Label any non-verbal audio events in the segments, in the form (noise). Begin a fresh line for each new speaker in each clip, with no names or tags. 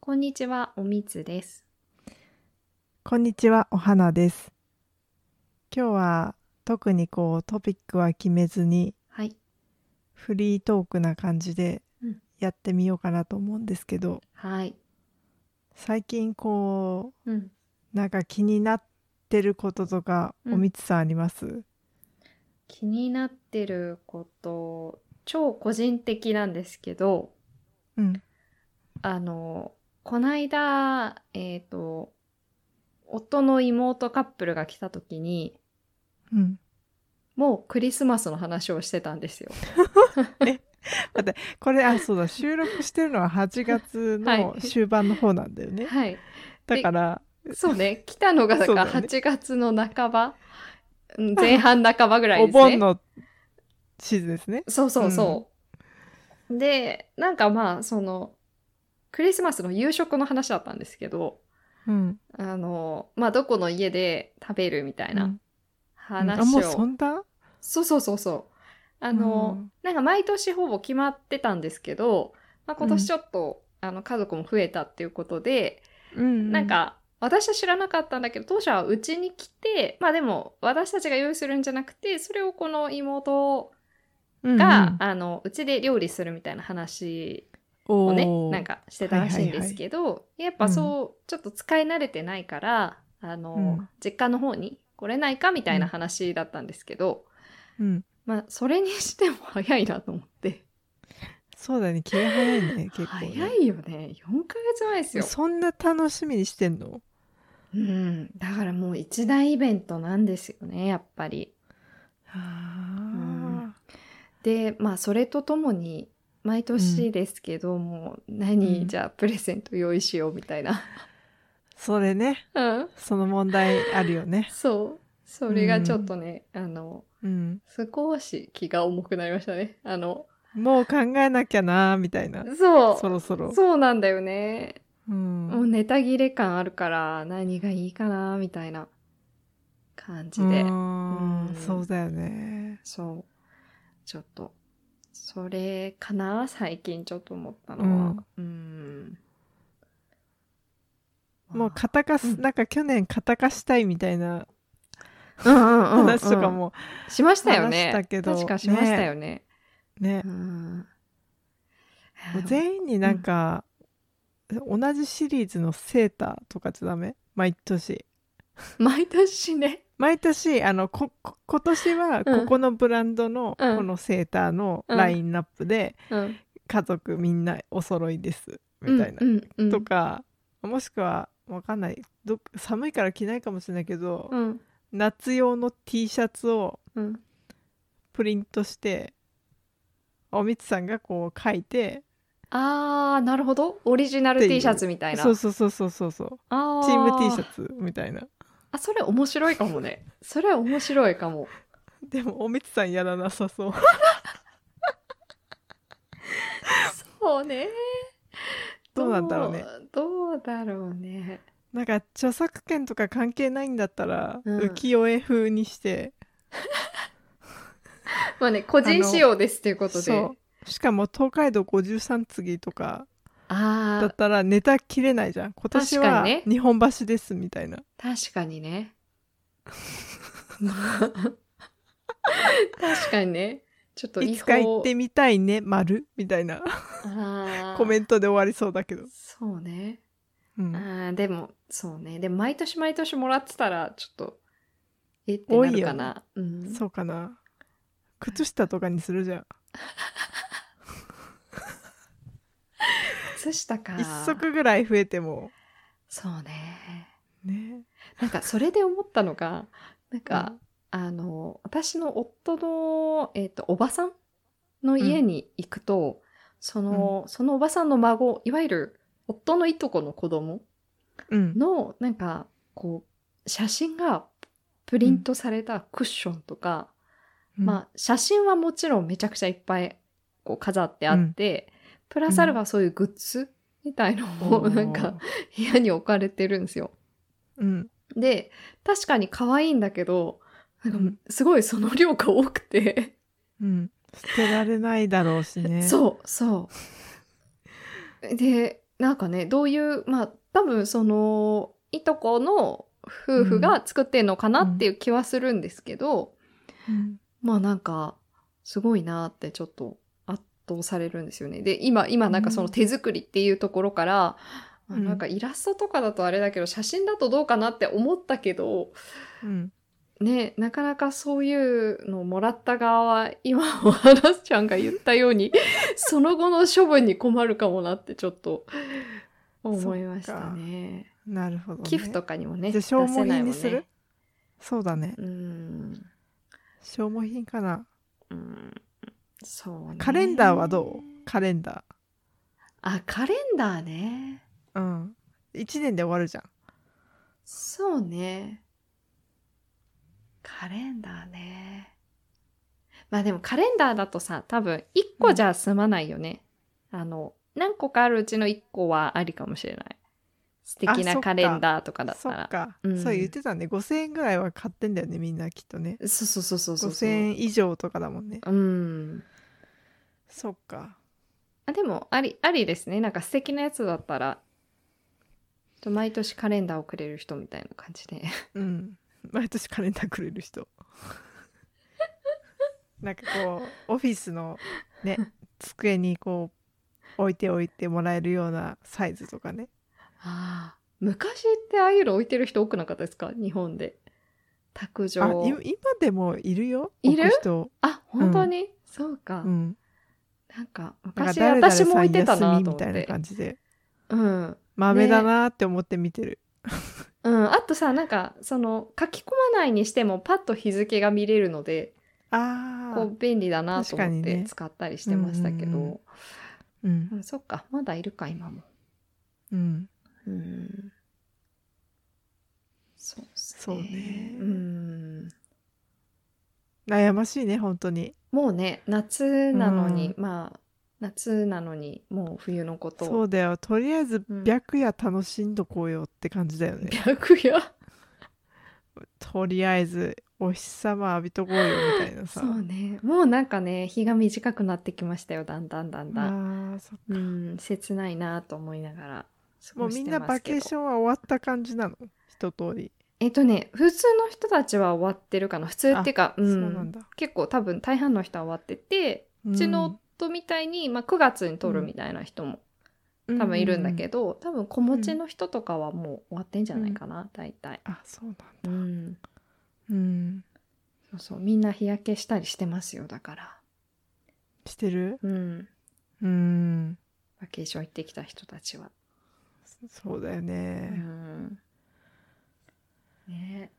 こんにちは、おみつです。
こんにちは、お花です。今日は特にこうトピックは決めずに
はい。
フリートークな感じで
うん
やってみようかなと思うんですけど、
はい。
最近こ
うん。
うなんか気になってることとか、
うん
おみつさんあります？
気になってること、超個人的なんですけど、
うん、
あの、こないだ、えっ、と、夫の妹カップルが来た時に、
うん。
もうクリスマスの話をしてたんですよ。
これあそうだ収録してるのは8月
は
の
い
終盤の方なんだよね。
はい。
だから、
そうね。来たのが、だから
そうだね
8月の半ば、うん前半半ばぐらい
お
ですね。
盆のシーズンですね。
そうそうそう。で、なんかまあ、その、クリスマスの夕食の話だったんですけど、
うん。
あの、まあ、どこの家で食べるみたい
うん
な
あ
話
も
を、
うそんな？
そうそうそうそう。あの、
うん
なんか毎年ほぼ決まってたんですけど、まあ、今年ちょっと、あの、家族も増えたっていうことで、
うん
なん。か、私は知らなかったんだけど、当初はうちに来て、まあでも、私たちが用意するんじゃなくて、それをこの妹
うんうん
が、あの、うちで料理するみたいな話をね
おー
なんかしてたらしいんですけど、やっぱそう、ちょっと使い慣れてないからあの、
うん
実家の方に来れないかみたいな話だったんですけど、
うん、
まあそれにしても早いなと思って
そうだね気が早いね結構ね
(laughs) 早いよね4ヶ月前ですよ、
そんな楽しみにしてんの
うん、だからもう一大イベントなんですよねやっぱり。
あ
でまあそれとともに毎年ですけど、もう何、
うん
じゃあプレゼント用意しようみたい
(laughs)
な。
それね
うん、
その問題あるよね
そうそれがちょっとね、あの
うん
少し気が重くなりましたね。あの、
もう考えなきゃなーみたいな
そう、
そ
そ
ろそろ
うなんだよね。
う
もうんネタ切れ感あるから、何がいいかな、みたいな感じで。
うん
うん
そうだよね
そう。ちょっと、それかな、最近ちょっと思ったのは。うん。
もう
か、
肩貸
う
す
ん
なんか去年肩貸したいみたいな
(laughs) うんうんうんうん
話とかも
しましたよね。
話したけど
確かしましたよね。
ね
うん。
もう全員になんか同じシリーズのセーターとかじゃダメ毎年
毎年ね。
毎年あのここ今年は
うん
ここのブランドの
うん
このセーターのラインナップで
うん。
家族みんなお揃いですみたいな、
うんうん、
とかもしくはわかんないどっ寒いから着ないかもしれないけど、
うん。
夏用の T シャツを
うん。
プリントしておみつさんがこう書いて
あー、なるほど。オリジナル
っていう
T シャツみたいな。
そうそうそうそうそうそう
あ
チーム T シャ
ツ。
ツみたいな
あ、それ面白いかもね。それ面白いかも。
でもおみつさんやらなさそう
そうね。
どうなんだろうね
どう。どうだろうね。
なんか著作権とか関係ないんだったら、
うん
浮世絵風にして
まあね、個人仕様ですということで。
そうしかも東海道53次とかだ
あ
ったらネタ切れないじゃん今年
確か
は
にね
日本橋ですみたいな、
ー、確かに
(laughs)
ね。確かにね。ちょっと
い
違
つか行
法
ってみたいね丸みたいな
あー
コメントで終わりそうだけど、
そうね。
うん
あーでもそうねでも毎年毎年もらってたらちょっとえって
多
ないる
よ
かな、うん、
そうかな靴下とかにするじゃん
靴下か
一足ぐらい増えても
そうね
ね
なんかそれで思ったのがなんか、あの私の夫の、えっとおばさんの家に行くと、そのそのおばさんの孫いわゆる夫のいとこの子供
うん
のなんかこう写真がプリントされたクッションとか、まあ、写真はもちろんめちゃくちゃいっぱいこう飾ってあって、プラスアルファそういうグッズみたいの
お
を (laughs)
ー
なんか部屋に置かれてるんですよ。
うん
で、確かに可愛いんだけど、なん
う
か
ん
すごいその量が多くて、
うん捨てられないだろうしね
そう、そう。で、なんかね、どういう、まあ、多分その、いとこの夫婦が作ってんのかなっていう気はするんですけど、
うん
まあなんか、すごいなってちょっと圧倒されるんですよね。で、今、今なんかその手作りっていうところから、
うん
あなんかイラストとかだとあれだけど、写真だとどうかなって思ったけど、
うん
ね、なかなかそういうのをもらった側は、今、 (laughs) おはなちゃんが言ったよう
(laughs)
に、その後の処分に困るかもなってちょっと思いましたね。
なるほど、ね、
寄付とかにもね、
じ
出
ゃあ
せ
消耗
ない
品
も
に
ん
する、
ね。
そうだね
うん。
消耗品かな
うん。そうね。
カレンダーはどうカレンダ
あ、カレンダーね。
ーうん1年で終わるじゃん
そうね。カレンダーね。まあでもカレンダーだとさ、多分1個じゃ済まないよね。あの、何個かあるうちの1個はありかもしれない。素敵
あ
な
そっか
カレンダーとかだった
そ
ら
っ。か、
うん
そう言ってたね5000円ぐらいは買ってんだよねみんなきっとね
そうそうそうそうそう。
5000円以上とかだもんね
うん。
そっか
あ、でも、あり、ありですね。なんか素敵なやつだったら、ちょ毎年カレンダーをくれる人みたいな感じで。
うん毎年カレンダーくれ
(laughs)
る人なんかこうオフィスのね机にこう置いておいてもらえるようなサイズとかね
ああ。昔ってああいうの置いてる人多くなかったですか日本で。卓上。
あい今でもいるよ
いる
置く人
あ、本当に、そうか、
うん
なんか、
なん
昔
か誰々
私も
さ
置い
ん
てた
休
な
み
と思った
みいな
て。
感じで
うん。
豆だなって思って見てる、
うん。あとさ、なんか、その、書き込まないにしても、パッと日付が見れるので、
あ
こ
あ
う、便利だなと思っ
確かに
て
ね
使ったりしてましたけど、
うんうんうん
うんそっか、まだいるか、今も。
うん
うん。そうっすね。
そうね
うん。
悩ましいね本当に
もうね、夏なのに、まあ、夏なのに、もう冬のこと
そうだよとりあえず
うん
白夜楽しんどこうよって感じだよね、
白夜。
とりあえずお日様浴びとこうよみたいなさ
そうね。もうなんかね、日が短くなってきましたよ、だんだんだんだん。
あーそっか
うん、切ないなと思いながら過
もう
ごし
みん
て
な
ま
バ
すけど。
ケーションは終わった感じなの一通り
えっとね、普通の人たちは終わってるかな。普通っていうか、う
そうなん
ん、
だ
結構多分大半の人は終わってて、
う
うちの夫みたいに、まあ、9月に撮るみたいな人も多分いるんだけ
ど、
ど、多分子持ちの人とかはもう終わってんじゃないかな、大体。
あそうなんだ
うん。
うん
そうそう、みんな日焼けしたりしてますよ、だから。
してる
うん。
うん
バケーション行ってきた人たちは。
そうだよ
う
ね、
んね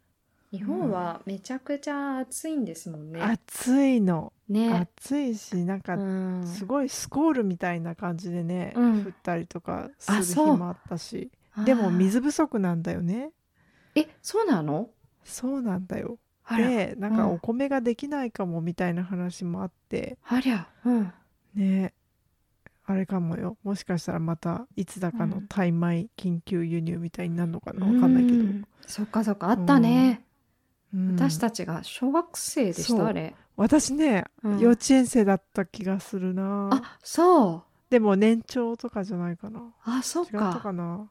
日本はめちゃくちゃ暑いんですもんね。
暑いの
ね。
暑いしなん
う
か
ん、
すごいスコールみたいな感じでね、
うん
降ったりとかす
あ
る日
そう
もあったしでも水不足なんだよね
あー。え、そうなの
そうなんだよ
あら。
でなんか
うん
お米ができないかもみたいな話もあって
ありゃ。うん。
ねあれかもよもしかしたらまたいつだか
う
の
ん
大米緊急輸入みたいになるのかなわかんないけど、
うんそっかそっか、あったね。
うん
私たちが小学生でし
そう
た、あれ。
私ね、
うん
幼稚園生だった気がするな
あ、そう。
でも年長とかじゃないかな
あ、そっ
違ったか
か。
な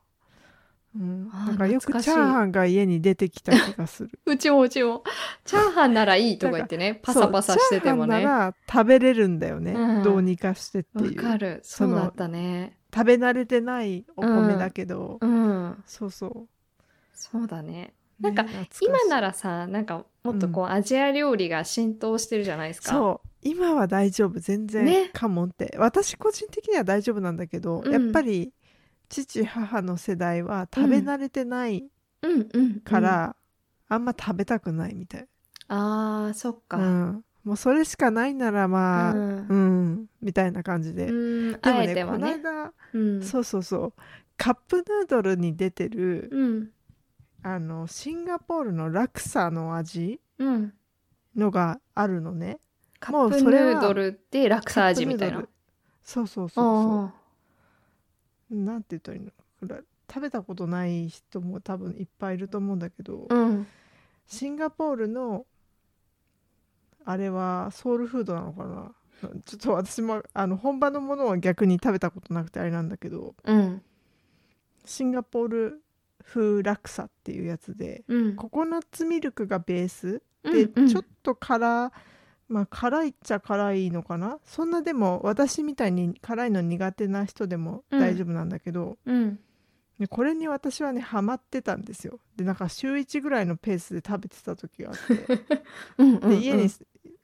うん、
あー
なんかよく
懐かしい
チャーハンが家に出てきた気がする
うちもうちも。チャーハンならいいとか言ってね、 (laughs) パサパサしてても
そう
ね。
チャー
わ
ハンなら食べれるんだよね、
うん
どうにかしてっていう
かる。
そ
そ
の
うだったね。
食べ慣れてないお米だけど、
うん。
そうそう
そうだね。
ね
なんか
懐しい
今ならさなんかもっとこう、アジア料理が浸透してるじゃないですか
そう今は大丈夫全然
ね
かもって、私個人的には大丈夫なんだけど、
うん
やっぱり父母の世代は食べ慣れてない
うんうん
から、あんま食べたくないみたい、
うんあーそっ
う
か、
ん、もうそれしかないならまあ、
うん
うん、みたいな感じで。
うん
でも
あ
ね
えてはね
この間、
うん
そうそうそうカップヌードルに出てる、
うん
あのシンガポールのラクサの味
うん
のがあるのね。
カ
も
ッ
う
プ
そ
ヌ
れは
ードルでラクサ味みたい
カッ
な
プヌードル。そうそうそうそ
あ
う。なんて言ったらいいのこれ食べたことない人も多分いっぱいいると思うんだけど、
ーうん
シンガポールのあれはソウルフードなのかなちょっと私もあの本場のものは逆に食べたことなくてあれなんだけど
うん
シンガポール風ラクサっていうやつで
うん
ココナッツミルクがベース
う
で
んうん
ちょっと辛まあ辛いっちゃ辛いのかなそんなでも私みたいに辛いの苦手な人でも大丈夫なんだけど、
うん
でこれに私はねハマってたんですよでなんか週1ぐらいのペースで食べてた時があって
(laughs) うんうん
で家に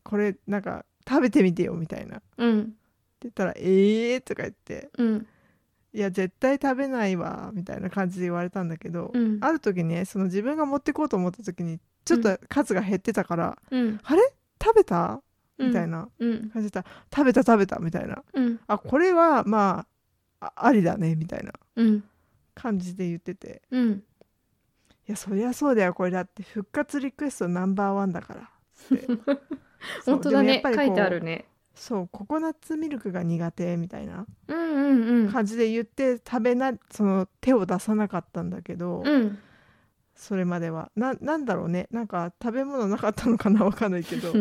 これなんか食べてみてよみたいなって
うん
言ったら「ええー」とか言って
うん
「いや絶対食べないわ」みたいな感じで言われたんだけど、
うん
ある時ねその自分が持ってこうと思った時にちょっと数が減ってたから
うん
「あれ食べた?」みたいな
うん
感じだったら食べた食べた」みたいな
うん
「あこれはまああありだね」みたいな
うん
感じで言ってて
うん
いやそりゃそうだよこれだって復活リクエストナンバーワンだからつ
(laughs)
ってそう
本当だね
でもやっぱり
書
こう
いてあるね
そうココナッツミルクが苦手みたいな
うんうんうん
感じで言って食べなその手を出さなかったんだけど、
うん
それまではななんだろうねなんか食べ物なかったのかなわかんないけど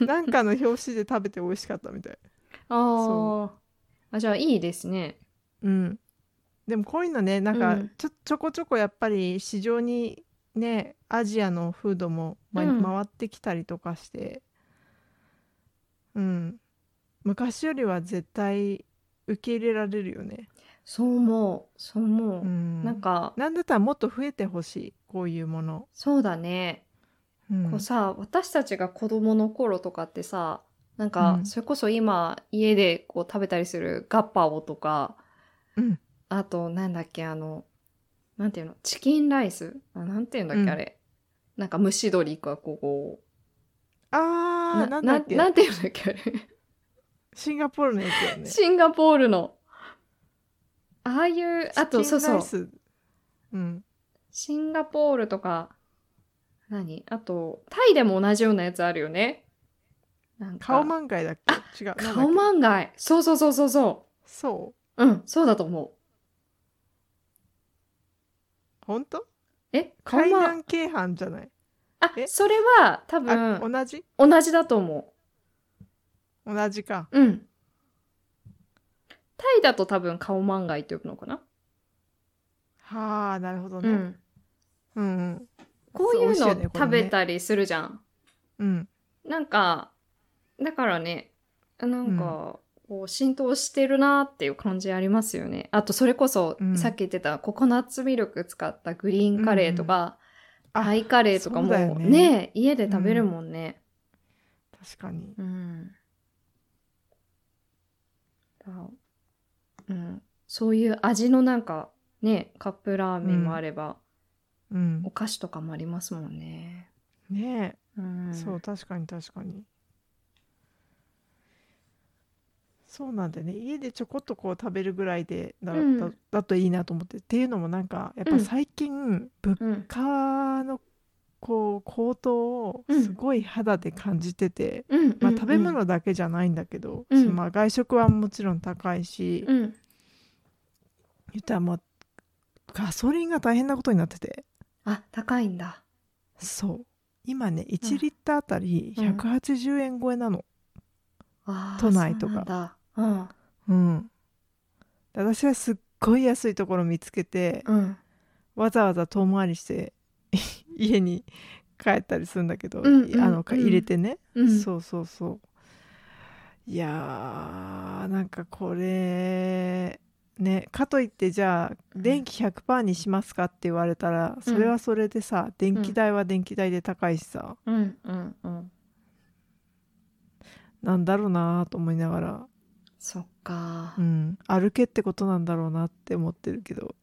(laughs)
なんかの表紙で食べて美味しかったみたい
あ
(laughs) そ
ああじゃあいいですね
うんでもこういうのねなんか
うん
ちょ,、ちょこちょこやっぱり市場にねアジアのフードも、ま
うん
回ってきたりとかしてうん昔よりは絶対受け入れられるよね、
そう思うそう思
う
う、
ん、
なんか
なんだったらもっと増えてほしいこういうもの、
そうだね
うん
こうさ私たちが子供の頃とかってさなんか、
うん
それこそ今家でこう食べたりするガッパオとか
うん
あとなんだっけあのなんていうのチキンライスあなんていうんだっけ、
うん
あれなんか蒸し鶏がこうこう
あー
な
なんだっけ
ななんていうんだっけあれ
シンガポールのやつだよね
シンガポールのああいうあと
チ
そ
キ
う
ンラ
そう
イスうん
シンガポールとか、何あと、タイでも同じようなやつあるよね。なんか。
カオマンガイだっけ違うなんだっけ
カオマンガイ。そうそうそうそうそ
そう
う。うん、そうだと思
本当
う。えカオ
海
マン。
南京阪じゃない、
あ、
え
それは多
あ
分、
同じ
同じだと思
同じか
う。うん。タイだと多分カオマンガイって呼ぶのかな、
はあなるほど
う
ね、
ん。
うん、うん
こういう
そう美味しいよ
の
ねこれ
食
ね
べたりするじゃん。
うん
なんか、だからね、なんか、こう浸透してるなっていう感じありますよね。あと、それこそ、
うん
さっき言ってたココナッツミルク使ったグリーンカレーとか、
うんうんあ
タイカレーとかも
そうだ
ね
よね
家で食べるもんね。
確かに
うん。あうん、そういう味のなんか、ね、カップラーメンもあれば、
うん
お菓子とかもありますもんね。
ね
うん
え、、そう確かに確かにそうなんだよね家でちょこっとこう食べるぐらいでだ,だ、
うん
だといいなと思ってっていうのもなんかやっぱ最近、物
うん。
価のこう高騰を
うん
すごい肌で感じてて、
うん。
まあ、
うん
食べ、物だけじゃないんだけど、
うん
そのまあ、外食はもちろん高いし、
うん。
言ったらもうガソリンが大変なことになってて
あ、高いんだ。
そう今ね1リッターあたり
うん
180円超えなの、
あー
都内とか。
そうなんだ
うん、で私はすっごい安いところ見つけて
うん。うん。
わざわざ遠回りして (laughs) 家に帰ったりするんだけど、
うんうん
あのか
うん
入れてね、
うん、
そうそうそういやーなんかこれねかといってじゃあ
うん
電気100%にしますかって言われたらそれはそれでさ、電気代は電気代で高いしさ、
うんうんうん。
なんだろうなーと思いながら、
そっか、
うん、歩けってことなんだろうなって思ってるけど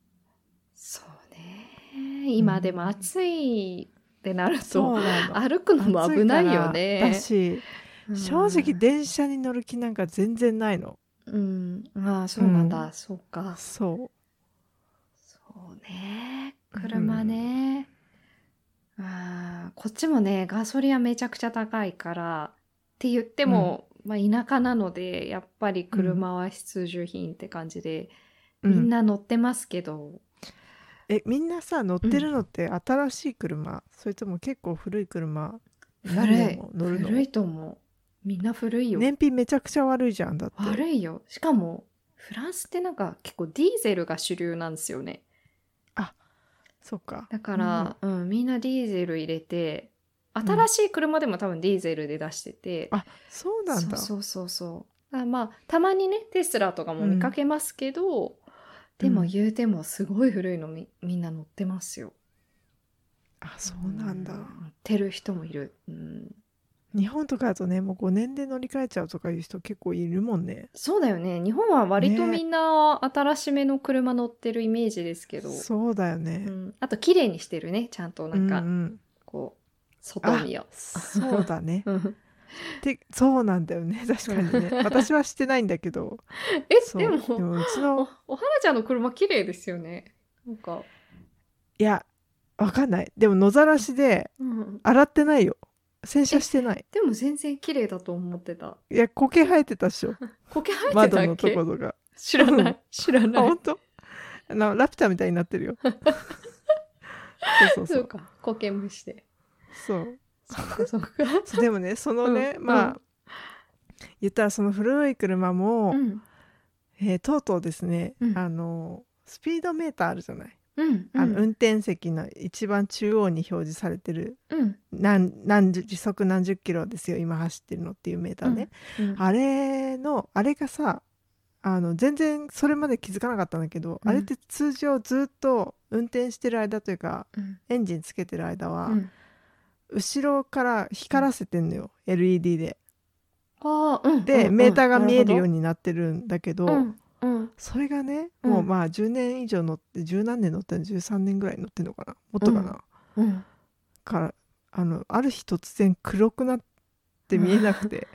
そうね。今でも暑いってなると、
うなん
歩くのも危ないよね
だ。し、
うん
正直、電車に乗る気なんか全然ないの
うん。ああ、そうなんだ。
う
そうか。
そう
そうね。車ね。ああ、こっちもね、ガソリンはめちゃくちゃ高いから、って言っても、まあ田舎なので、やっぱり車は必需品って感じで、
うん
みんな乗ってますけど、
えみんなさ乗ってるのって新しい車、それとも結構古い車何
古
年
い
も乗るの
古いと思うみんな古いよ、
燃費めちゃくちゃ悪いじゃんだって
悪いよしかもフランスってなんか結構ディーゼルが主流なんですよね
そっか。
だから、うんみんなディーゼル入れて新しい車でも多分ディーゼルで出してて、
あ、そうなんだ。
そうそうそうそうだからまあたまにねテスラとかも見かけますけど、でも
うん
言うてもすごい古いのみみんな乗ってますよ
あ、そうなんだ。
乗ってる人もいる、うん、
日本とかだとね、もう5年で乗り換えちゃうとかいう人結構いるもんね。
そうだよね日本は割と
ね
みんな新しめの車乗ってるイメージですけど、
そうだよ
う
ね。
ん、あと綺麗にしてるねちゃんとなん
う
か
ん
こう外見を。
そうだね。
うん
てそうなんだよね。 (laughs) 確かにね。私はしてないんだけど。
(laughs) え
そう
でも
でもうち
お (laughs)
の
おはなちゃんの車綺麗ですよねなんか、
いやわかんない。でも野ざらしで
うん、
洗ってないよ。洗車してない。
でも全然綺麗だと思ってた
いや苔生えてたっしょ。
苔生えて
窓
た
の
っ
と
け
ころが。
知ら
う
なんい知ら
あ
ない
本当。あのラピュタみたいになっ
(laughs)
てるよ。そうそう
そ
そうう。
か苔けむして
そう。
そっかそっか
そうでもねそのね、
うん
まあ、
う
言ったらその古い車も、
うん
えーとうとうですね、
うん
あのスピードメーターあるじゃない、
うんう
あの
ん
運転席の一番中央に表示されてる
うん
何何十時速何十キロですよ今走ってるのっていうメーターね、
うん
あれのあれがさあの全然それまで気づかなかったんだけど、
うん
あれって通常ずっと運転してる間というか
うん
エンジンつけてる間は、
うん
後ろから光らせてんのよ、LED で。
あーうん
で、
うん
メーターが見えるよう
に
になってるんだけど、
うんうん
それがね、
うん
もうまあ10年以上乗って10何年乗ってるの13年ぐらい乗ってるのかなもっとかな、
うん
からあのある日突然黒くなって見えなくて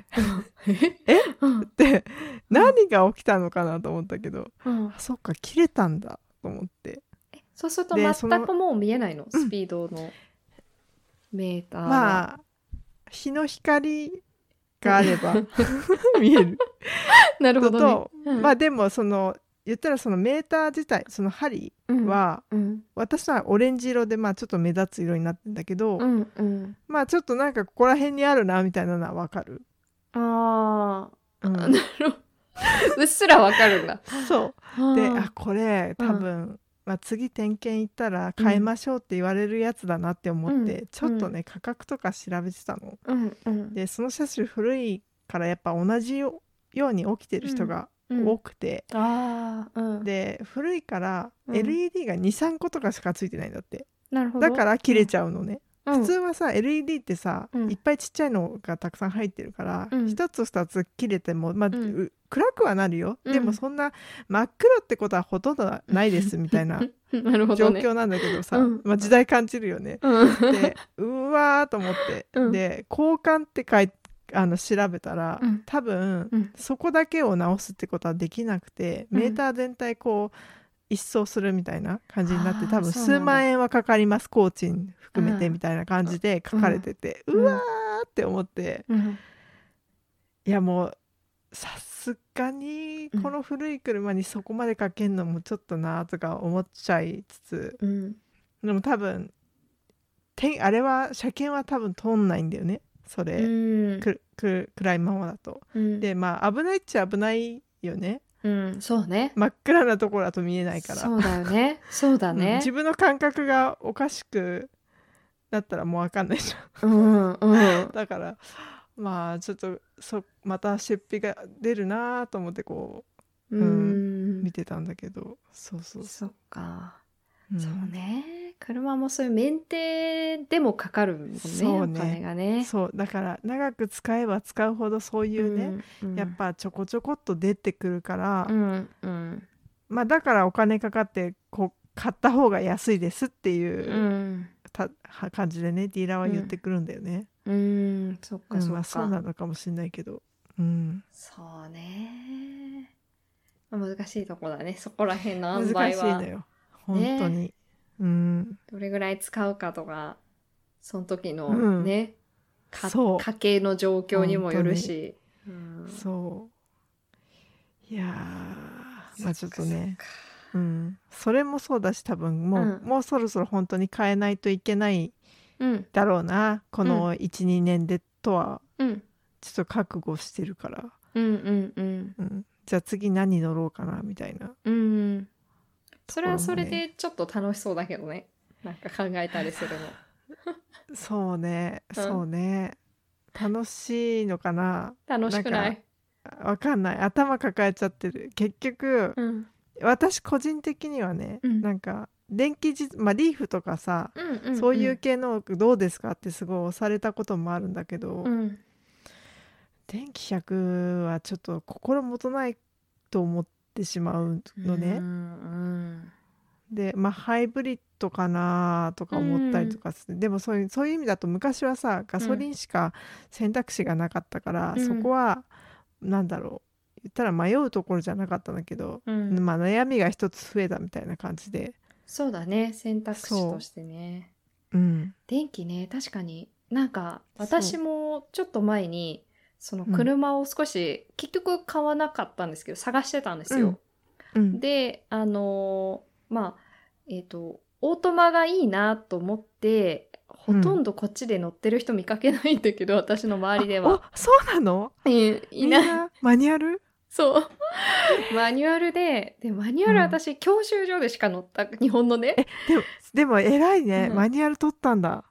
えうん
で何が起きたのかなと思ったけど、
うん
あそっか切れたんだと思って
そうすると
で
全
その
くもう見えないのスピードのメーターは
まあ日の光があれ
(laughs)
ば見 (laughs) える
なるほ
の
ど
と、
ねうん
まあでもその言ったらそのメーター自体その針
うん
は、
うん
私はオレンジ色でまあちょっと目立つ色になってんだけど、
うんうん
まあちょっとなんかここら辺にあるなみたいなのはわかる、
あ
う
あ、
ん
なるほ (laughs) ど。うっすらわかるんだ。
そうであこれ
うん
多分、まあ、次点検行ったら買いましょうって言われるやつだなって思って、
うん
ちょっとね、価格とか調べてたの
うんうん、
でその車種古いからやっぱ同じように起きてる人が
うん
多くて、
ああ、うん、
で古いから
うん
LED が23個とかしかついてないんだって、
なるほど。
だから切れちゃうのね、
うん、
普通はさ LED ってさ、
うん
いっぱいちっちゃいのがたくさん入ってるから、
うん
一つ二つ切れても、まあ
ん
う暗くはなるよ、
うん
でもそんな真っ黒ってことはほとんどないですみたいな
な (laughs) るほ
状
どね。
況なんだけどさ
うん
まあ、時代感じるよね。
うん、
で (laughs) うわーと思って、
うん
で交換って書いあの調べたら、
うん
多分、
うん
そこだけを直すってことはできなくて、
うん
メーター全体こう一掃するみたいな感じになって
あー
多分
そうなんだ
数万円はかかります工賃含め
う
て
ん
みたいな感じで書かれてて、
う
うんわーって思って、
うん、
いやもうさすがにこの古い車にそこまでかけんのもちょっとなーとか思っちゃいつつ
うん、
でも多分てあれは車検は多分通んないんだよねそれ、
うん、
くく暗いままだと。
うん、
でまあ危ないっちゃ危ないよね
うん、そうね。
真っ暗なところだと見えないから
そうだよね。そうだ
うん
ね。
自分の感覚がおかしくなったらもう分かんないじゃ
うん、うん
ん、 (laughs) だからまあちょっとそまた出費が出るなと思ってこ
う
うん見、てたんだけどそうそう
そっか。
うん
そうね。車もそういうメンテでもかかるもんね。
そうね
お金がね。
そうだから長く使えば使うほどそういうね、
うん、うん
やっ、ぱちょこちょこっと出てくるから、
うん、うん、
まあだからお金かかってこう買った方が安いですっていうう、
ん。
たは感じでねディーラーは言ってくるんだよね、
うーん、そっ
うん
かそっか。
まあ、そうなのかもしれないけど、うん、
そうね。まあ難しいとこだね。そこら辺の
難
塩
しい
梅は
の。よ本当に、うん
どれぐらい使うかとか、その時
う
の
ん
ね、か
そう
家計の状況にもよるし。うん
そういやーまあちょっとね
そっか
うん、それもそうだし多分もう、
うん
もうそろそろ本当に変えないといけない
うん、
だろうなこの12、年でとは
うん、
ちょっと覚悟してるから、
うん、うん、うん。
うん、じゃあ次何乗ろうかなみたいな
うん。それはそれ
ところもね
でちょっと楽しそうだけどね。なんか考えたりするの。
そうね
うん
そうね、楽しいのかな
楽しくない
なんわかんない頭抱えちゃってる結局
うん。
私個人的にはね、
うん
なんか電気自まあリーフとかさ、
うんうんうん
そういう系のどうですかってすごい押されたこともあるんだけど、
うん。
電気100はちょっと心もとないと思ってしまうのね。
うん
でまあハイブリッドかなとか思ったりとかするでもそういうそういう意味だと昔はさガソリンしか選択肢がなかったから、
うん
そこはなんだろう言ったら迷うところじゃなかったんだけど、
うん。うん。
まあ、悩みが一つ増えたみたいな感じで、
そうだね。選択肢
そう
としてね。
うん、
電気ね、確かに。なんか、
そう
私もちょっと前に、その車を少し、結局買わなかったんですけど、探してたんですよ。
うん
で、あのーまあ、えっ、と、オートマがいいなと思って、ほとんどこっちで乗ってる人見かけないんだけど、私の周りでは。
あおそうなの
えーいない
みんマニュアル
そう。マニュアルで、で、マニュアル私、教習所でしか乗った、日本のね、
でもでも偉いね、
うん
マニュアル取ったんだ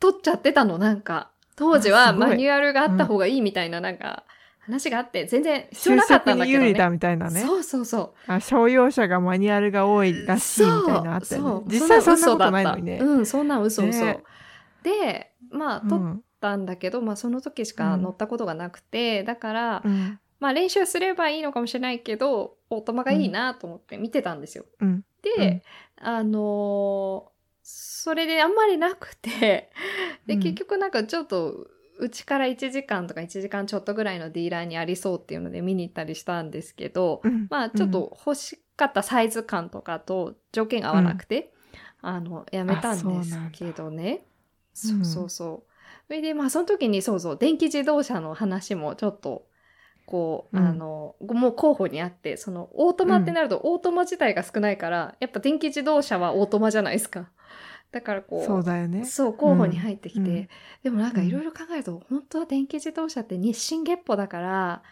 取っちゃってたの、なんか。当時は
あすごい
マニュアルがあった方がいいみたいな、なんか、話があって、全然必要
就
なかった
職
んだ
に
けど
有
ね。
利だみたいなね
そうそうそう。
あ商用車がマニュアルが多いらしいみたいなのあったよね
そうそう
実際そんな
嘘
こ
だ
と
っ
ない
た
のにね、
うん、そんなん嘘嘘。
ね
で、まあ、
う
取っ
ん
たんだけど、まあ、その時しか乗ったことがなくて、だから、
うん
まあ、練習すればいいのかもしれないけど、オートマがいいなと思って見てたんですよ。
うん
で、あのーそれであんまりなくて、で、
(laughs) うん
結局なんかちょっと、うちから1時間とか1時間ちょっとぐらいのディーラーにありそうっていうので見に行ったりしたんですけど、
うん
まあちょっと欲しかったサイズ感とかと条件が合わなくて、あの、やめたんですけどね。そ
そうなん
う
だ
そうそう。それでまあその時にそうそう、電気自動車の話もちょっと、こう、
うん
あの、もう候補にあって、そのオートマってなるとオートマ自体が少ないから、やっぱ電気自動車はオートマじゃないですか。だからこう、
そうだよね
そう候補に入ってきて、
うんうん
でもなんかいろいろ考えると、本当は電気自動車って日進月歩だから、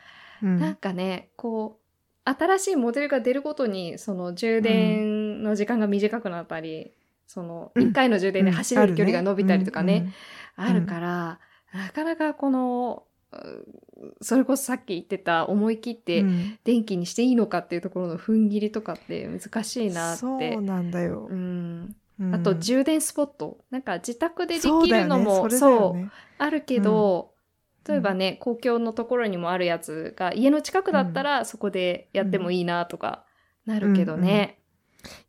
うん
なんかね、こう、新しいモデルが出るごとに、その充電の時間が短くなったり、その
うん
1回の充電で走れる距離が伸びたりとかね、、
ん
あるから、なかなかこの、うんそれこそさっき言ってた思い切っ
うんう
て
んうん
電気にしていいのかっていうところの踏ん切りとかって難しいなっ
そ
て
う。なんだよ
う、ん、
うん
あと充電スポット、なんか自宅でで
そう
き
だ
る
よ
の
ね
も
それだ
そ
よ
う
ね
あるけど、
うん
例えばね、公共のところにもあるやつが家の近くだったらそこでやってもいいなとかなるけどね。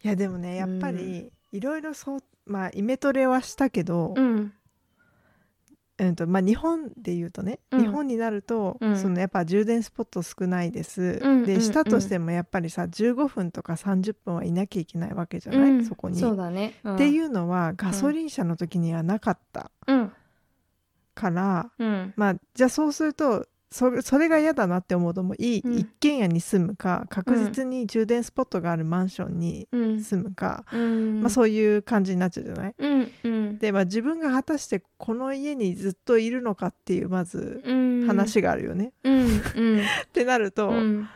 いやでもねやっぱりいろいろそうまあイメトレはしたけど、
うん。
うんとまあ、日本で言うとね、
うん
日本になると、
うん
そのやっぱ充電スポット少ないです、
うんう
で
ん
したとしてもやっぱりさ15分とか30分はいなきゃいけないわけじゃない、
うん
そこに。
そうだね。。
っていううのはガソリン車の時にはなかった
うん。
から、
うん。
まあじゃあそうするとそれそれが嫌だなって思うともういい、
うん
一軒家に住むか確実に充電スポットがあるマンションに
うん。
住むか、
うん。
まあ、そういう感じになっちゃうじゃない
うん。うん。
で、まあ、自分が果たしてこの家にずっといるのかっていうまず
うん。。
話があるよね。 (laughs)
うん。うん。
ってなると、
うん。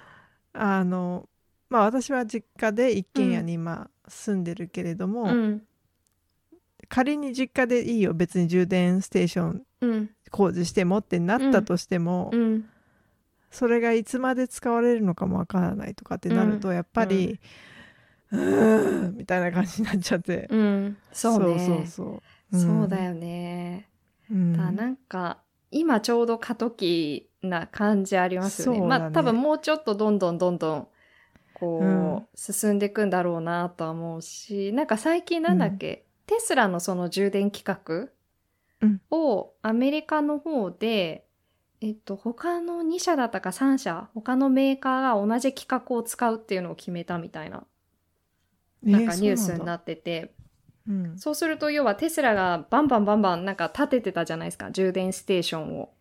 あのまあ私は実家で一軒家に今住んでるけれども、
うん。
仮に実家でいいよ別に充電ステーション
うん。
工事してもってなったとしても、
うん。
それがいつまで使われるのかもわからないとかってなると、やっぱり、うーんみたいな感じになっちゃって、
うん。 (laughs) そうね。
そうそうそう、
そうだよ
よ、
ね。
うん
だなんか今ちょうど過渡期な感じありますよね。
そうだね
まあ多分もうちょっとどんどんどんどんこう、
うん
進んでいくんだろうなとは思うしなんか最近なんだっけ、テスラのその充電規格
うん
をアメリカの方で、えっと、他の2社だったか3社他のメーカーが同じ規格を使うっていうのを決めたみたいななんかニュースにな
っ
ってて、
て、うん
そうすると要はテスラがバンバンバンバンなんか建ててたじゃないですか充電ステーションを。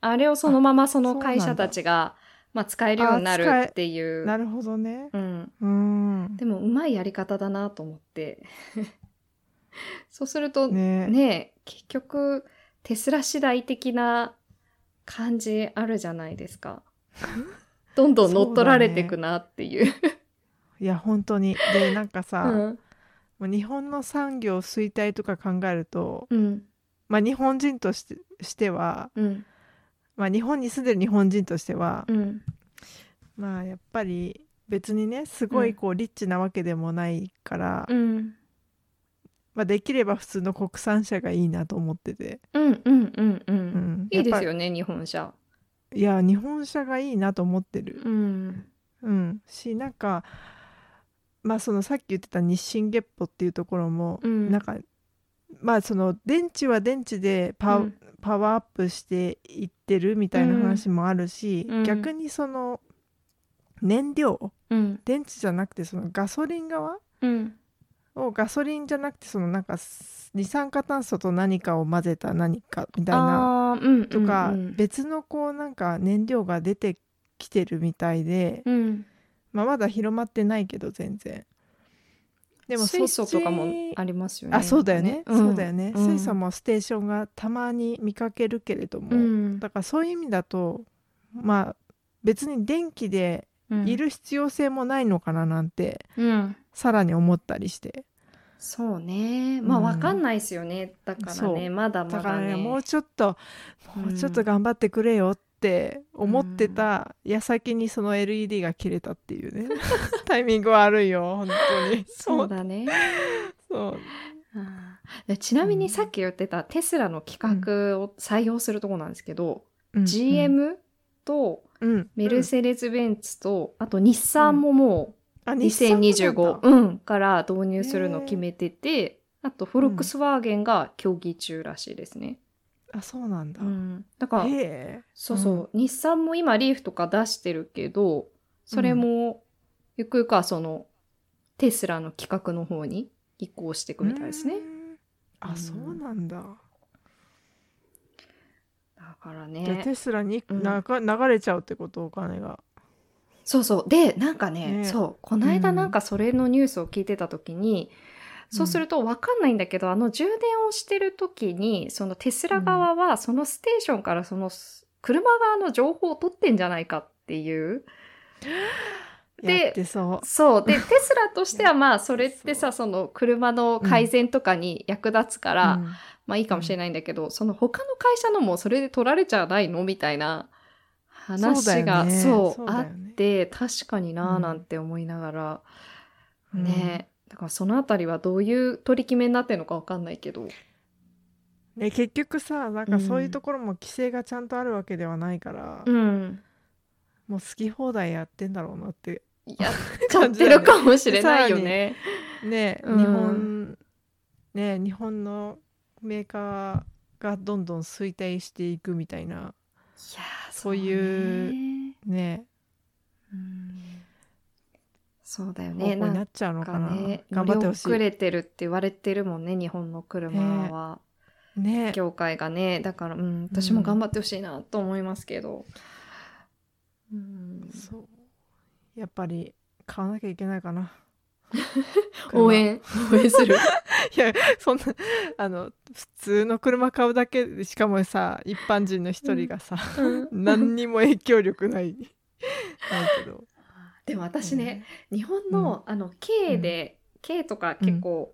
あれをそのままその会社たちがまあ、使えるようになるっていう。
なるほどね
うん、
うん
でもうまいやり方だなと思って (laughs) そうするとね
ね
結局テスラ次第的な感じあるじゃないです (laughs) か。どんどん乗っ取られていくなっていう。
いや本当にでなんかさ、
うん
まあ日本の産業衰退とか考えると、
(laughs) うん
まあ、日本人としてしては、
うん
まあ、日本に住んでる日本人としては、
うん
まあやっぱり別にねすご
うん
いこうリッチなわけでもないから、
うん
まあ、できれば普通の国産車がいいなと思ってて、
うんうんうんう
うんん、
いいです
やっ
よね日本車
ぱいや日本車がいいなと思ってる、
うん
うん、しなんかまあそのさっき言ってた日進月歩っていうところも、
うん
なんかまあその電池は電池でパ,、
うん
パワーアップしていってるみたいな話もあるし、
うん
逆にその燃料
うん
電池じゃなくてそのガソリン側
うん
をガソリンじゃなくてそのなんかす二酸化炭素と何かを混ぜた何かみたいな
あーうん
とか、
うんうん
別のこうなんか燃料が出てきてるみたいで、
うん
まあ、まだ広まってないけど全然でもそっ
水
ち
素とかもありますよね
あそうだよね、
ん
そうだよね、
うん
水素もステーションがたまに見かけるけれども、
うん
だからそういう意味だとまあ別に電気で
うん
いる必要性もないのかななんて、
うん
さらに思ったりして
そうねまあ
うん
わかんないですよねだから
そ
ね
う
まだ
だ
ま
から
だ
ね
ね
もうちょっともうちょっと頑張ってくれよって思ってた矢先にその LED が切れたっていうね (laughs) タイミング悪いよ本当に
そうだね
そう
あーでちなみにさっき言ってたテスラの企画を採用するとこなんですけど、
うん
GM と
うんうん
メルセデス・ベンツと、あと日産もも
あ
う
日産もなんだ
2025、うんから導入するのを決めてて、あとフォルクスワーゲンが協議中らしいですね。
あそうなんだ、
うんだから
へえ
そうそう、日産も今リーフとか出してるけどそれもゆくゆくはそのテスラの企画の方に移行していくみたいですね。
うーんあ、
うん
そうなんだ。
だから
じゃあ
ね
テスラに
うん
なか流れちゃうってことお金が。
そうそうでなんかね
ね
そうこの間
うん
なんかそれのニュースを聞いてた時に、そうするとわかんないんだけどあの充電をしてる時にそのテスラ側はそのステーションからそのす車側の情報を取ってんじゃないかっていう。で
やってそ
そう
(laughs)
でテスラとしてはまあそれってさその車の改善とかに役立つか
う。
ら、
うん
まあいいかもしれないんだけど、その他の会社のもそれで取られちゃないのみたいな話がそう,、
そう
あ
だよね
って確かにな
う
ー
ん
なんて思いながら、
うん
ねだからそのあたりはどういう取り決めになってるのかわかんないけど
ね結局さなんかそういうところも規制がちゃんとあるわけではないから、
うん
もう好き放題やってんだろうなって
やっちゃってるかもしれないよね。
ね、
うん
日本ね日本のメーカーがどんどん衰退していくみたいない
やー
そういう
ね
ね
うんそうだよ
方向
ね
に
な
なんっちゃうの
か
かな。
ね
頑張ってほし
乗り遅
い。
れてるって言われてるもんね日本の車は。
ね
業界がねだから、うん、私も頑張ってほしいなと思いますけど、うん、
そうやっぱり買わなきゃいけないかな
(laughs) 応援応援す (laughs) る
車いやそんなあの普通の車買うだけでしかもさ一般人の一人がさ、 (laughs) 何にも影響力ないないけど
(laughs) でも私ね、日本の,、あの K で、K とか結構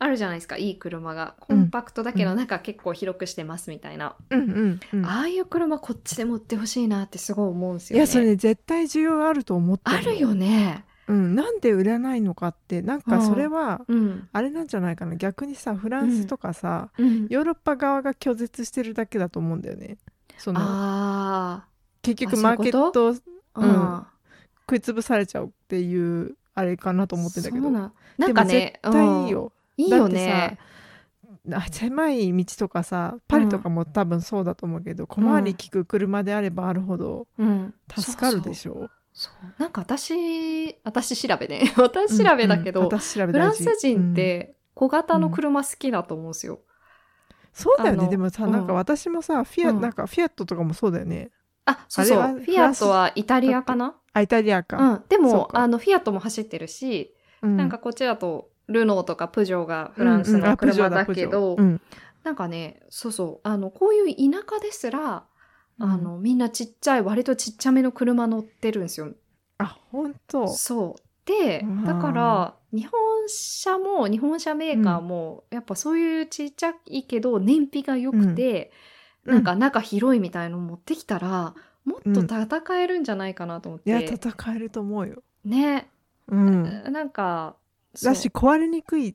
あるじゃないですかいい車がコンパクトだけど、
う
なんか結構広くしてますみたいな、
うんうんうん
ああいう車こっちで持ってほしいなってすごい思うんです
い
よね。
やそれね絶対需要があると思って
あるよね。
うん、なんで売らないのかってなんかそれは
うん
あれなんじゃないかな逆にさフランスとかさ、
うん、
ヨーロッパ側が拒絶してるだけだと思うんだよねその
あ
結
あ
局
そう
マ
いう
ー
こ
ケ
と
ット
あ、
うん
あ
食いつぶされちゃうっていうあれかなと
ー
思ってんだけ
そ
ど
うなんなんかね
絶対いい
うん
よ、
いいよね。
あ狭い道とかさパリとかも多分そうだと思うけど、小回り利く車であればあるほど
うん、
助かるで
ょ
しょう
そうなんか私私調べね (laughs) 私調べだけど、
うんうん私調べ
フラ
大
ン
事
ス人っ
うん
て小型の車好きだと思うんですよ。
そうだよ
あ
ね
の
でもさ、なんか私もさフィア、
うん
なんかフィアットとかもそうだよね
あそうそう
あれ
フ
は
ィアットはイタリアかな
あイタリア
う
か、
んで
そう
も
か
あのフィアットも走ってるし、
う
なんかこっちだとルノーとかプジョーがフランス
うんうん
の
あプジ
車
ョー
だけど、
プジョーうん
なんかねそうそうあのこういう田舎ですら、あのみんなちっちゃい割とちっちゃめの車乗ってるんですよ。
あ本当
そうで
うん
だから日本車も日本車メーカーも、やっぱそういうちっちゃいけど燃費が良くて、
うん
なんか中広いみたいの持ってきたらもっと戦えるんじゃないかなと思っ
い
て、
や戦えると思うよ。
ね、
うん、
なんかそう
だし壊れにくい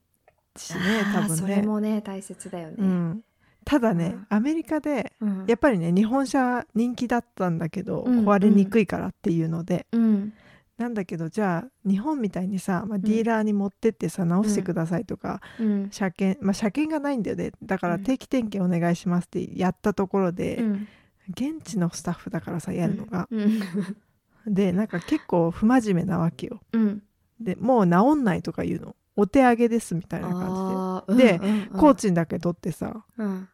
しね
あー
多分
そ
ね
れもね大切だよね。
うん、ただね、
うん
アメリカで
うん
やっぱりね日本車人気だったんだけど、
うん
壊れにくいからっていうので、
うん
なんだけどじゃあ日本みたいにさ、まあ、ディーラーに持ってってさ、直してくださいとか、
うん
車検まあ車検がないんだよねだか
う
ら
ん
定期点検お願いしますってやったところで、
うん
現地のスタッフだからさやるのが、
うん
でなんか結構不真面目なわけよ
うん
でもう治んないとか言うのお手上げですみたいな感
あ
じ
ー
で、
うんうん
でコーチにだけ取ってさ、
うん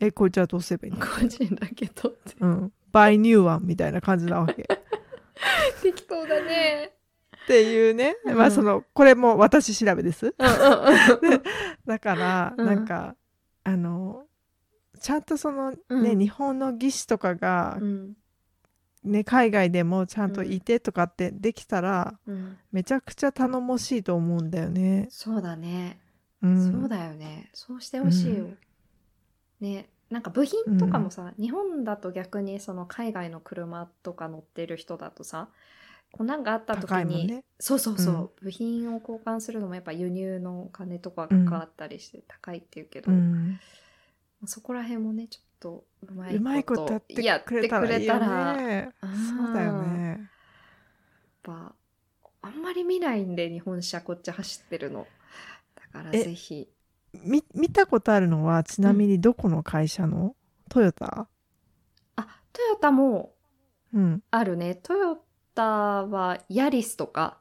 えこいつはどうすればいいの
個人だけどって
うん、バイニューワンみたいな感じなわ
(laughs)
けっ
適当だね。
ていうね、
うん
まあそのこれも私調べです
うんうんうん
だから、
うん
なんかあのちゃんとそのね、
うん
日本の技師とかが
う、ん
ね海外でもちゃんといてとかってできたら、
うん
めちゃくちゃ頼もしいと思うんだよね。
そうだね。
うん、
そうだよね。そうしてほしいよ。ね、なんか部品とかもさ、日本だと逆にその海外の車とか乗ってる人だとさ、こうなんかあった時
高いもん
に、
ね。
そうそうそう、
うん
部品を交換するのもやっぱ輸入のお金とかかかったりして高いっていうけど、
うん、
そこら辺もね、ちょっとうまいこと
うまいことやって
やっ
くれ
て
た
く
ら
れ
いい
た
よ
ら、
ね。
あー
そうだよね。
やっぱあんまり見ないんで日本車こっち走ってるのだから
え
ぜひ
み見たことあるのはちなみにどこの会社の、トヨタ、
あトヨタも
うん、
あるねトヨタはヤリスとか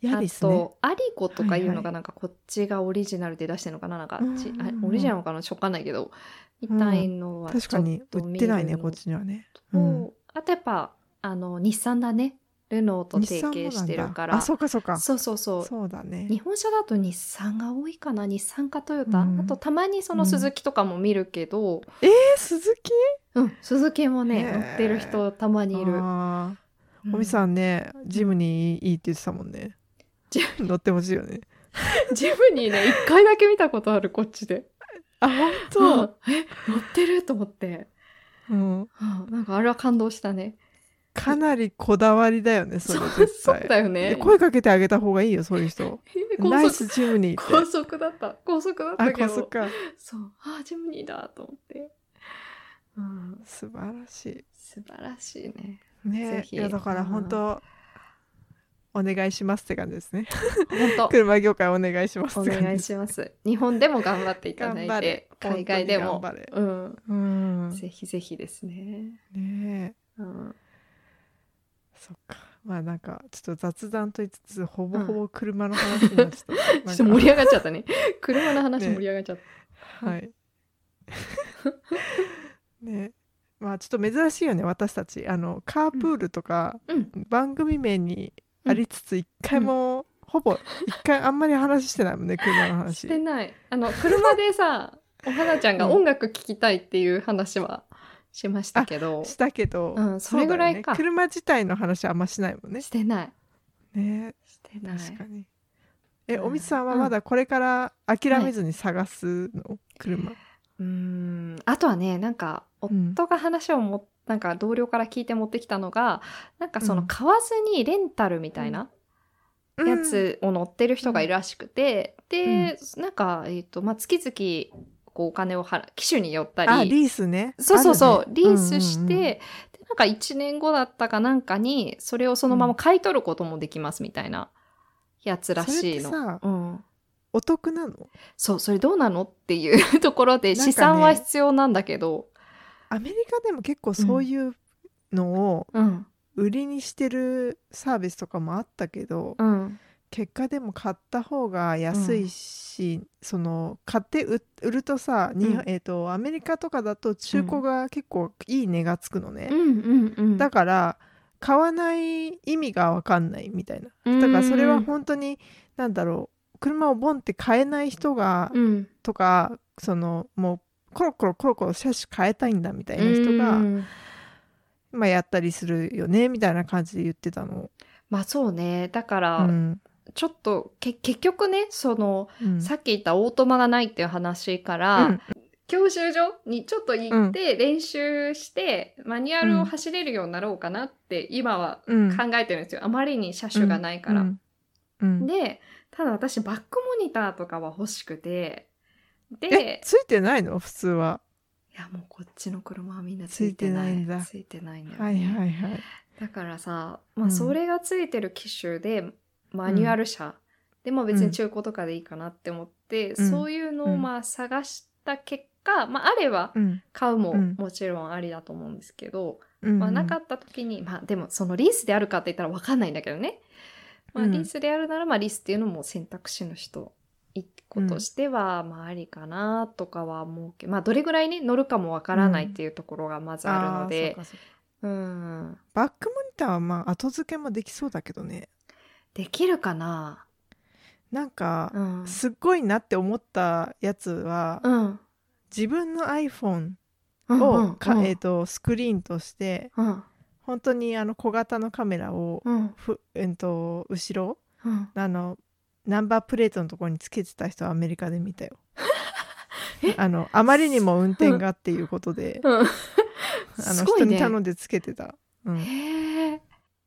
ヤリス
あ
ね。
とアリコとかいうの
はいは
が
い
なんかこっちがオリジナルで出してるのかななんかち
うんうんうん
あオリジナルかなしょうがないけどみたいのは
確かに
ちょと
売っ
見
て
るの
ないねこっちにはね。
と
うん
あとやっぱあの日産だねルノーと
日
提
産も
携して
な
る
んだ
から
あそうかそうか。
そうそうそう
そうだね。
日本車だと日産が多いかな日産かトヨタ、
うん
あとたまにその鈴木とかも見るけど、
えー、鈴木
うん鈴木もね
へー
乗ってる人たまにいる、
あ
う
ー
ん
おみさんね、ジムにいいって言ってたもんね。
ジ
乗ってほしいよね。
(laughs) ジムにね1回だけ見たことあるこっちで
あ、本
そうえ乗ってると思って、
当、うん、
うんなんかあれは感動したね
かなりこだわりだよね、それ
そう
絶
そう
対。
だよ
いや
ね (laughs)
声かけてあげた方がいいよ、そういう人。
え
ナイ
高
ス
速
ジムにって。
高速だった高速だっ
あ、
たけ
こそ
ど
か。
そうあジムニーだと思って、うん、
素晴らし
素晴らしいね
い。
ぜ
ね
ひ
いや、だから本当、お願いしますって感じですね。
本 (laughs)
車業界お願いします
当
っ
お
て感
願い
じ。
します日本でも頑張っていただい
頑張
て
れ
海外でも
本当に頑張れ
うん、
うん。ね
ぜひぜひですね。
え。
うん、
そっか。まあなんかちょっと雑談と言いつつほぼほぼ車の話になっち
(laughs)
ゃ
ちょ
った。な
っ
ん
と
か
盛り上がっちゃったね。 (laughs) 車の話
ね
盛り上がっちゃっ
はい。ね。まあちょっと珍しいよね私たちあのカープールとか、
た。うん、
番組名にありつつ一回も、ほぼ一回あんまり話してないも
(laughs)
んね車の話
してない。あの車でさ、お花ちゃんが音楽聴きたいっていう話はしましたけど、
したけど、
うんそれぐらいか
そうだよね、車自体の話あんましないもんね
してない。
ね
してない。
確かにえ
うん
おみさんはまだこれから諦めずに探すの、車
うーん。あとはね、なんか
ん
夫が話をもなんか同僚から聞いて持ってきたのが、なんかそうの
ん
買わずにレンタルみたいな。やつを乗ってる人がいるらしくて、で、なんか、えっ、と、まあ、月々、こう、お金を払う、機種によった
あ
り、
リースね
そうそうそう、
あるね
リースして、
うんうんうん
で、なんか1年後だったかなんかに、それをそのまま買い取ることもできますみたいなやつらしいの。
それってさ
うん。
お得なの
そう、それどうなのっていう (laughs) ところで、
なんか
資
ね
産は必要なんだけど、
アメリカでも結構そういうのを
うん、
売りにしてるサービスとかもあったけど、
うん、
結果でも買った方が安いし、その買って売売るとさ、に
うん
えー、とアメリカとかだと中古が結構いい値がつくのね
う、ん、うん、うん。
だから買わない意味が分かんないみたいな
うん
だからそれは本当になんだろう車をボンって買えない人が、
うん、
とかそのもうコロコロコロコロ車種変えたいんだみたいな人が、
うん
まあ、やったりするよねみたいな感じで言ってたの
まあそうね。だか
う
ら、
ん
ちょっと、け、結局ね、その、
うん
さっき言ったオートマがないっていう話から、
うん
教習所にちょっと行って練習して、マニュアルを走れるようになろうかなって今は
うん
考えてるんですよ。あまりに車種がないから。
うんうん
で、ただ私バックモニターとかは欲しくて、
え
で、
ついてないの普通は。
いやもうこっちの車はみんなついてない。
ついてないんだ
ついてないんだよね。
はいはいはい。
だからさ、ま
う
あ、
ん
それがついてる機種で、マニュアル車でも別に中古とかでいいかなって思って、
うん
そういうの
う
を
ん
まあ探した結果、まあ、あれば
うん
買うも
うん
もちろんありだと思うんですけど、
うん
まあ、なかった時に、まあ、でもそのリースであるかって言ったら分かんないんだけどね、まあ、
うん
リースであるならまあリースっていうのも選択肢の人一個としてはまあありかなとかは思うけど、まあ、どれぐらいね乗るかも分からないっていうところがまずあるので。
ーそうかそうか
うん
バックモニターはまあ後付けもできそうだけどね。
できるかな
なんか
う、ん。
すっごいなって思ったやつは、
うん。
自分の iPhone
うんう
を
ん
か、えー、とスクリーンとして
うん。
本当にあの小型のカメラを、
うん。
ふえー、と後ろ
うん。
あのナンバープレートのところにつけてた人はアメリカで見
(laughs)
たよあのあまりにも運転がっていうことで、 (laughs)
うん。
あ
す
の
ご
人
い
に
ね。
頼んでつけてた、うん、
へえ。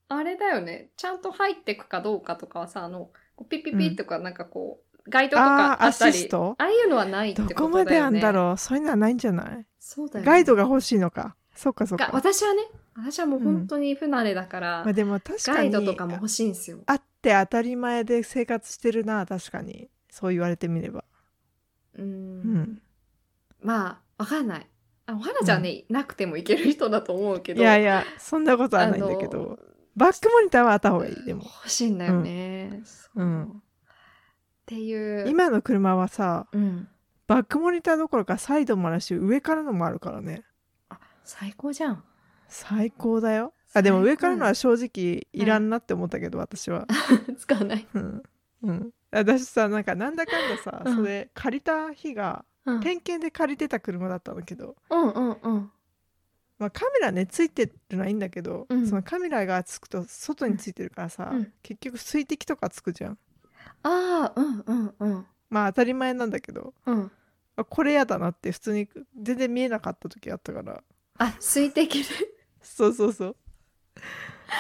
あれだよね。ちゃんと入ってくかどうかとかはさ、あの、こうピッピッピッとか、なんかこう、ガイドと
あ
か
ー
あ
ア
った
シ
り
ス、ト
ああいうのはないって
ど
ことだ
こ
よね。
まであんだろうそういうのはないんじゃない
そうだよね。
ガイドが欲しいのかそっかそっ
が
か、
私はね、私はもう本当に不慣れだから、
まあ、でも確か
ガ
に
イドとかも欲しいんですよ。
あって当たり前で生活してるな確かにそう言われてみれば
う。
うんん、
まあ、わかんない。あ、お花ちゃんね、なくてもいける人だと思うけど。
いやいやそんなことはないんだけ
あ
ど
の
バックモニターはあった方がいいでも
欲しいんだよね。そう
うん
っていう。
今の車はさ
うん。
バックモニターどころかサイドもあるし上からのもあるからね
最高じゃ
(laughs)
ん。
最高だよあでも上からのは
最
正直いらんなって思ったけど、私は
高使わない。
うん、うん、私さなんかなんだかんださ、
うん
それ借りた日が
うん
点検で借りてた車だったんだけど、
うんうんうん。
まあ、カメラねついてるのはいいんだけど、
うん
そのカメラがつくと外についてるからさ、
うん
結局水滴とかつくじゃん
ああ、うんうんうん。
まあ当たり前なんだけど
うん。
あこれやだなって普通に全然見えなかった時あったから
あ、水滴で。
そうそうそう (laughs)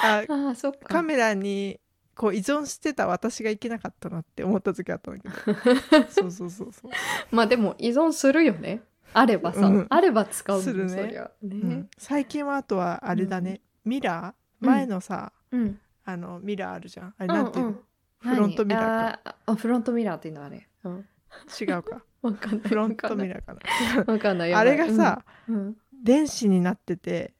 あ
ああ、そっか。
カメラにこう依存してた私がいけなかったなって思った時あったんだけど
(laughs)
そうそうそうそう、
まあでも依存するよね。あればさ、
うん
あれば使うもん
するね
そりゃ。
う
ね
ん。最近はあとはあれだね、ミラー
うん
前のさ、
うん。
あのミラーあるじゃんあれ
うん
なんていうの、
うん
フロントミラーか
か。ああ、フロントミラーっていうのはね。うん。
違う
(laughs)
か
わかんない。
フロントミ
ラ
ラーかな
ー。わかんない。
(laughs) あれが
やばい
さ、、
うんうん
電子になってて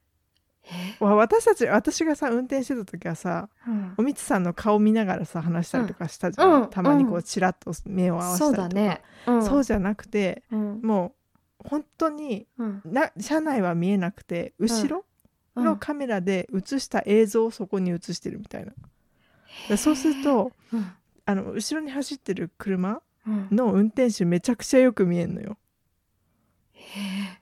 え
わ私たち私がさ運転してた時はさ
うん
おみつさんの顔見ながらさ話したりとかしたじゃん、
うん
たまにこ
う
うちらっと目を合わせた
そう
りとか、
だね。うん
そうじゃなくて
うん
もう本当に
うん
な車内は見えなくて後ろ
うん
のカメラで映した映像をそこに映してるみたいな、でそうすると
うん
あの後ろに走ってる車
うん
の運転手めちゃくちゃよく見えんのよ
へえ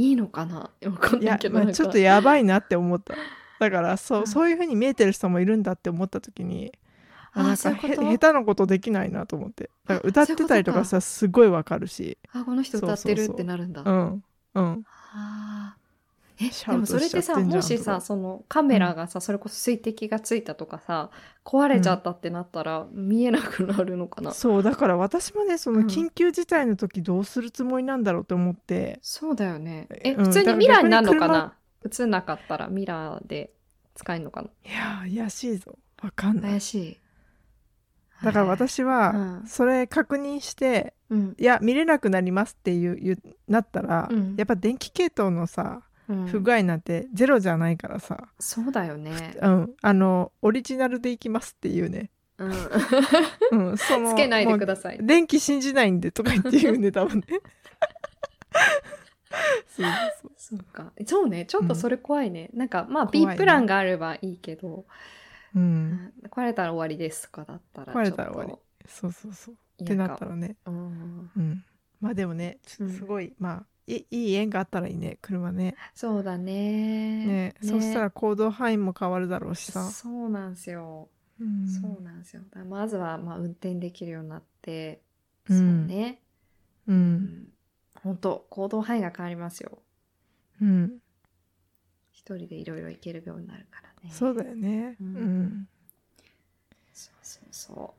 いいのかなわかん
い
な
や
いけ、ど
まあ
なんか
ちょっとやばいなって思っただからそううんそういうふうに見えてる人もいるんだって思った時に
あー
なん
そう
か
いうこと
へ下手なことできないなと思ってだから歌
あ
っ
そういうこと
てたりとかさすごいわかるし
あこの人歌ってるってなるんだ
うんうん
あーえ
シ
で
ャウ
も
ト
それって
しち
さ
ゃってんじゃ
も
ん
し
と
さ
か
そのカメラがさ、それこそ水滴がついたとかさ壊れちゃったってなったら、見えなくなるのかな
そうだから私もねそ
うん
の緊急事態の時どうするつもりなんだろうって思って、
そうだよねえ、
うん
普通にミラーになるのか
だから
な映んなかったらミラーで使えるのかない
やー怪しいぞわかんない
怪しい
だか
は
ら
い
私
う
は
ん
それ確認して、
うん
いや見れなくなりますっていういうなったら、
うん
やっぱ電気系統のさ
うん
不具合なんてゼロじゃないからさ、
そうだよね、
うん、あのオリジナルでいきますっていう
(laughs)
ね、
うん、
うん、そ
つ
の
けないでください
もう電気信じないんでとか言って言う
(laughs)
んで多分ね (laughs) そうそう
そうか。そうね。ちょっとそれ怖いね。なんか、まあ、B
怖いね
プランがあればいいけど、
そう、うん、
うん壊れたら終わりですとかだったら、
壊れたら終わりそうそうそう
り
ってなったらね、
うん。
うん、まあでもねちょ
うん
すごい、まあいいい縁があったらいいね車ね
そうだね。
ねそうしたら行動範囲も変わるだろうしさ、
そうなんですよ。
うん
そうなんですよ。だからまずは、まあ、運転できるようになって、
うん
そうね。
う
うんん。本当行動範囲が変わりますよ。
うん
一人でいろいろ行けるようになるからね。
そうだよね
う
うんん、
そうそうそ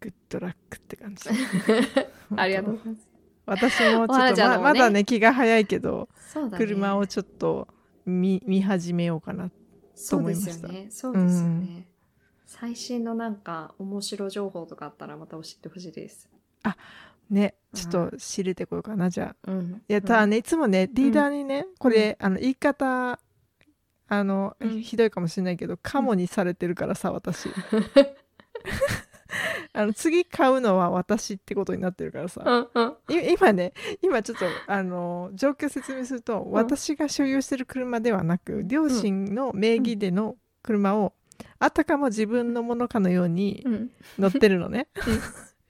グッドラックって感じ (laughs)
う。 (laughs) ありがとうございます。
私もち
お
ょ
花
っ
ち
と
ゃん
ま,、
のもね
まだね気が早いけど、
そうだね。
車をちょっと見見始めようかな
そ
と
う
思
で
いますし
よ
た
ね。そうですよね。最新のなんか面白情報とかあったらまた教えてほしいです。
ねちょっと仕入れてこようかなじゃあ
うん。
いやただねいつもねリーダーにね、これ、あの言い方あの、
うん
ひどいかもしれないけどカモにされてるからさ私 (laughs) あの次買うのは私ってことになってるからさ、
うんうん。
い今ね今ちょっとあの状況説明すると、私が所有してる車ではなく両親の名義での車を、あたかも自分のものかのように
うん。
乗ってるのね、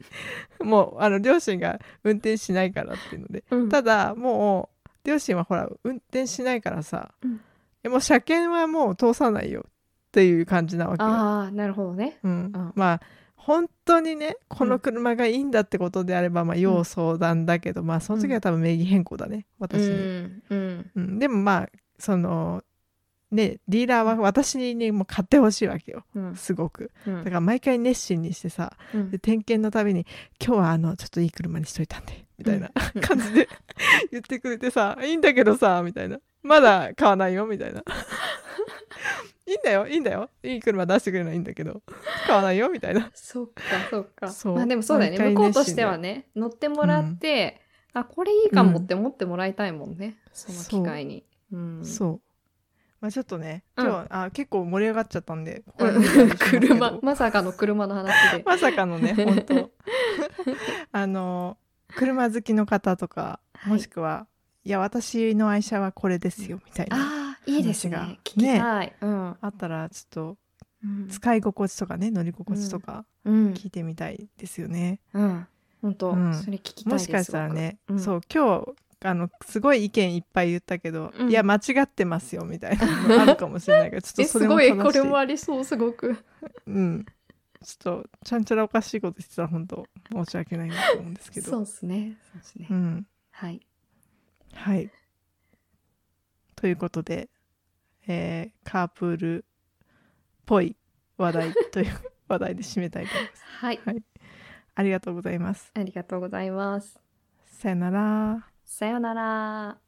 (laughs) もうあの両親が運転しないからっていうので
うん。
ただもう両親はほら運転しないからさ、
うん
えもう車検はもう通さないよっていう感じなわけよ。
ああ、なるほどね。
うん
ん
まあ本当にねこの車がいいんだってことであれば、まあ要相談だけど、まあその時は多分名義変更だね
う
私に、うん
ん。うん。
でもまあそのねディーラーは私に、ね、もう買ってほしいわけよ
うん。
すごく
う
だ
ん
から毎回熱心にしてさ
うん
で点検のたびに「今日はあのちょっといい車にしといたんで」みたいな (laughs) 感じで言ってくれてさ「いいんだけどさ」みたいな「まだ買わないよ」みたいな「いいんだよいいんだよいい車出してくれないいんだけど買わないよ」みたいな
そっかそっか。
そう
まあでもそうだよね。
毎回
向こうとし
熱心
て
で
はね、乗ってもらって、あ、これいいかもって思ってもらいたいもんね。その機会に。うん。
そうまあちょっとね
うん
今日は、あ結構盛り上がっちゃったんでここ
う
ら
ん。
辺で終わりにしますけど
車、まさかの車の話 (laughs) で。
まさかのね本当あの車好きの方とか
はい
もしくは、い、や私の愛車はこれですよみたいな
ああ、いいです
話
ね
が。
聞きたい。うん。
あったらちょっと
うん
使い心地とかね乗り心地とか
うん。
聞いてみたいですよね。
うん。本当、
うん
それ聞きたい
も
です。
しかしたらね、
すごくうん
そう今日あのすごい意見いっぱい言ったけど、
うん
いや間違ってますよみたいなの (laughs) があるかもしれないからちょっ
え
と
す
それも
ごいこ
楽しい。
れもありそうすごく
うんちょっとちゃんちゃらおかしいこと言ってたら本当申し訳ないなと思うんですけど。
そうですねそうですね、
うん
はい
はい。ということで、えーカープールっぽい話題という (laughs) 話題で締めたいと思います。
はい
ありがとうございます。
ありがとうございます
さよなら。
さようなら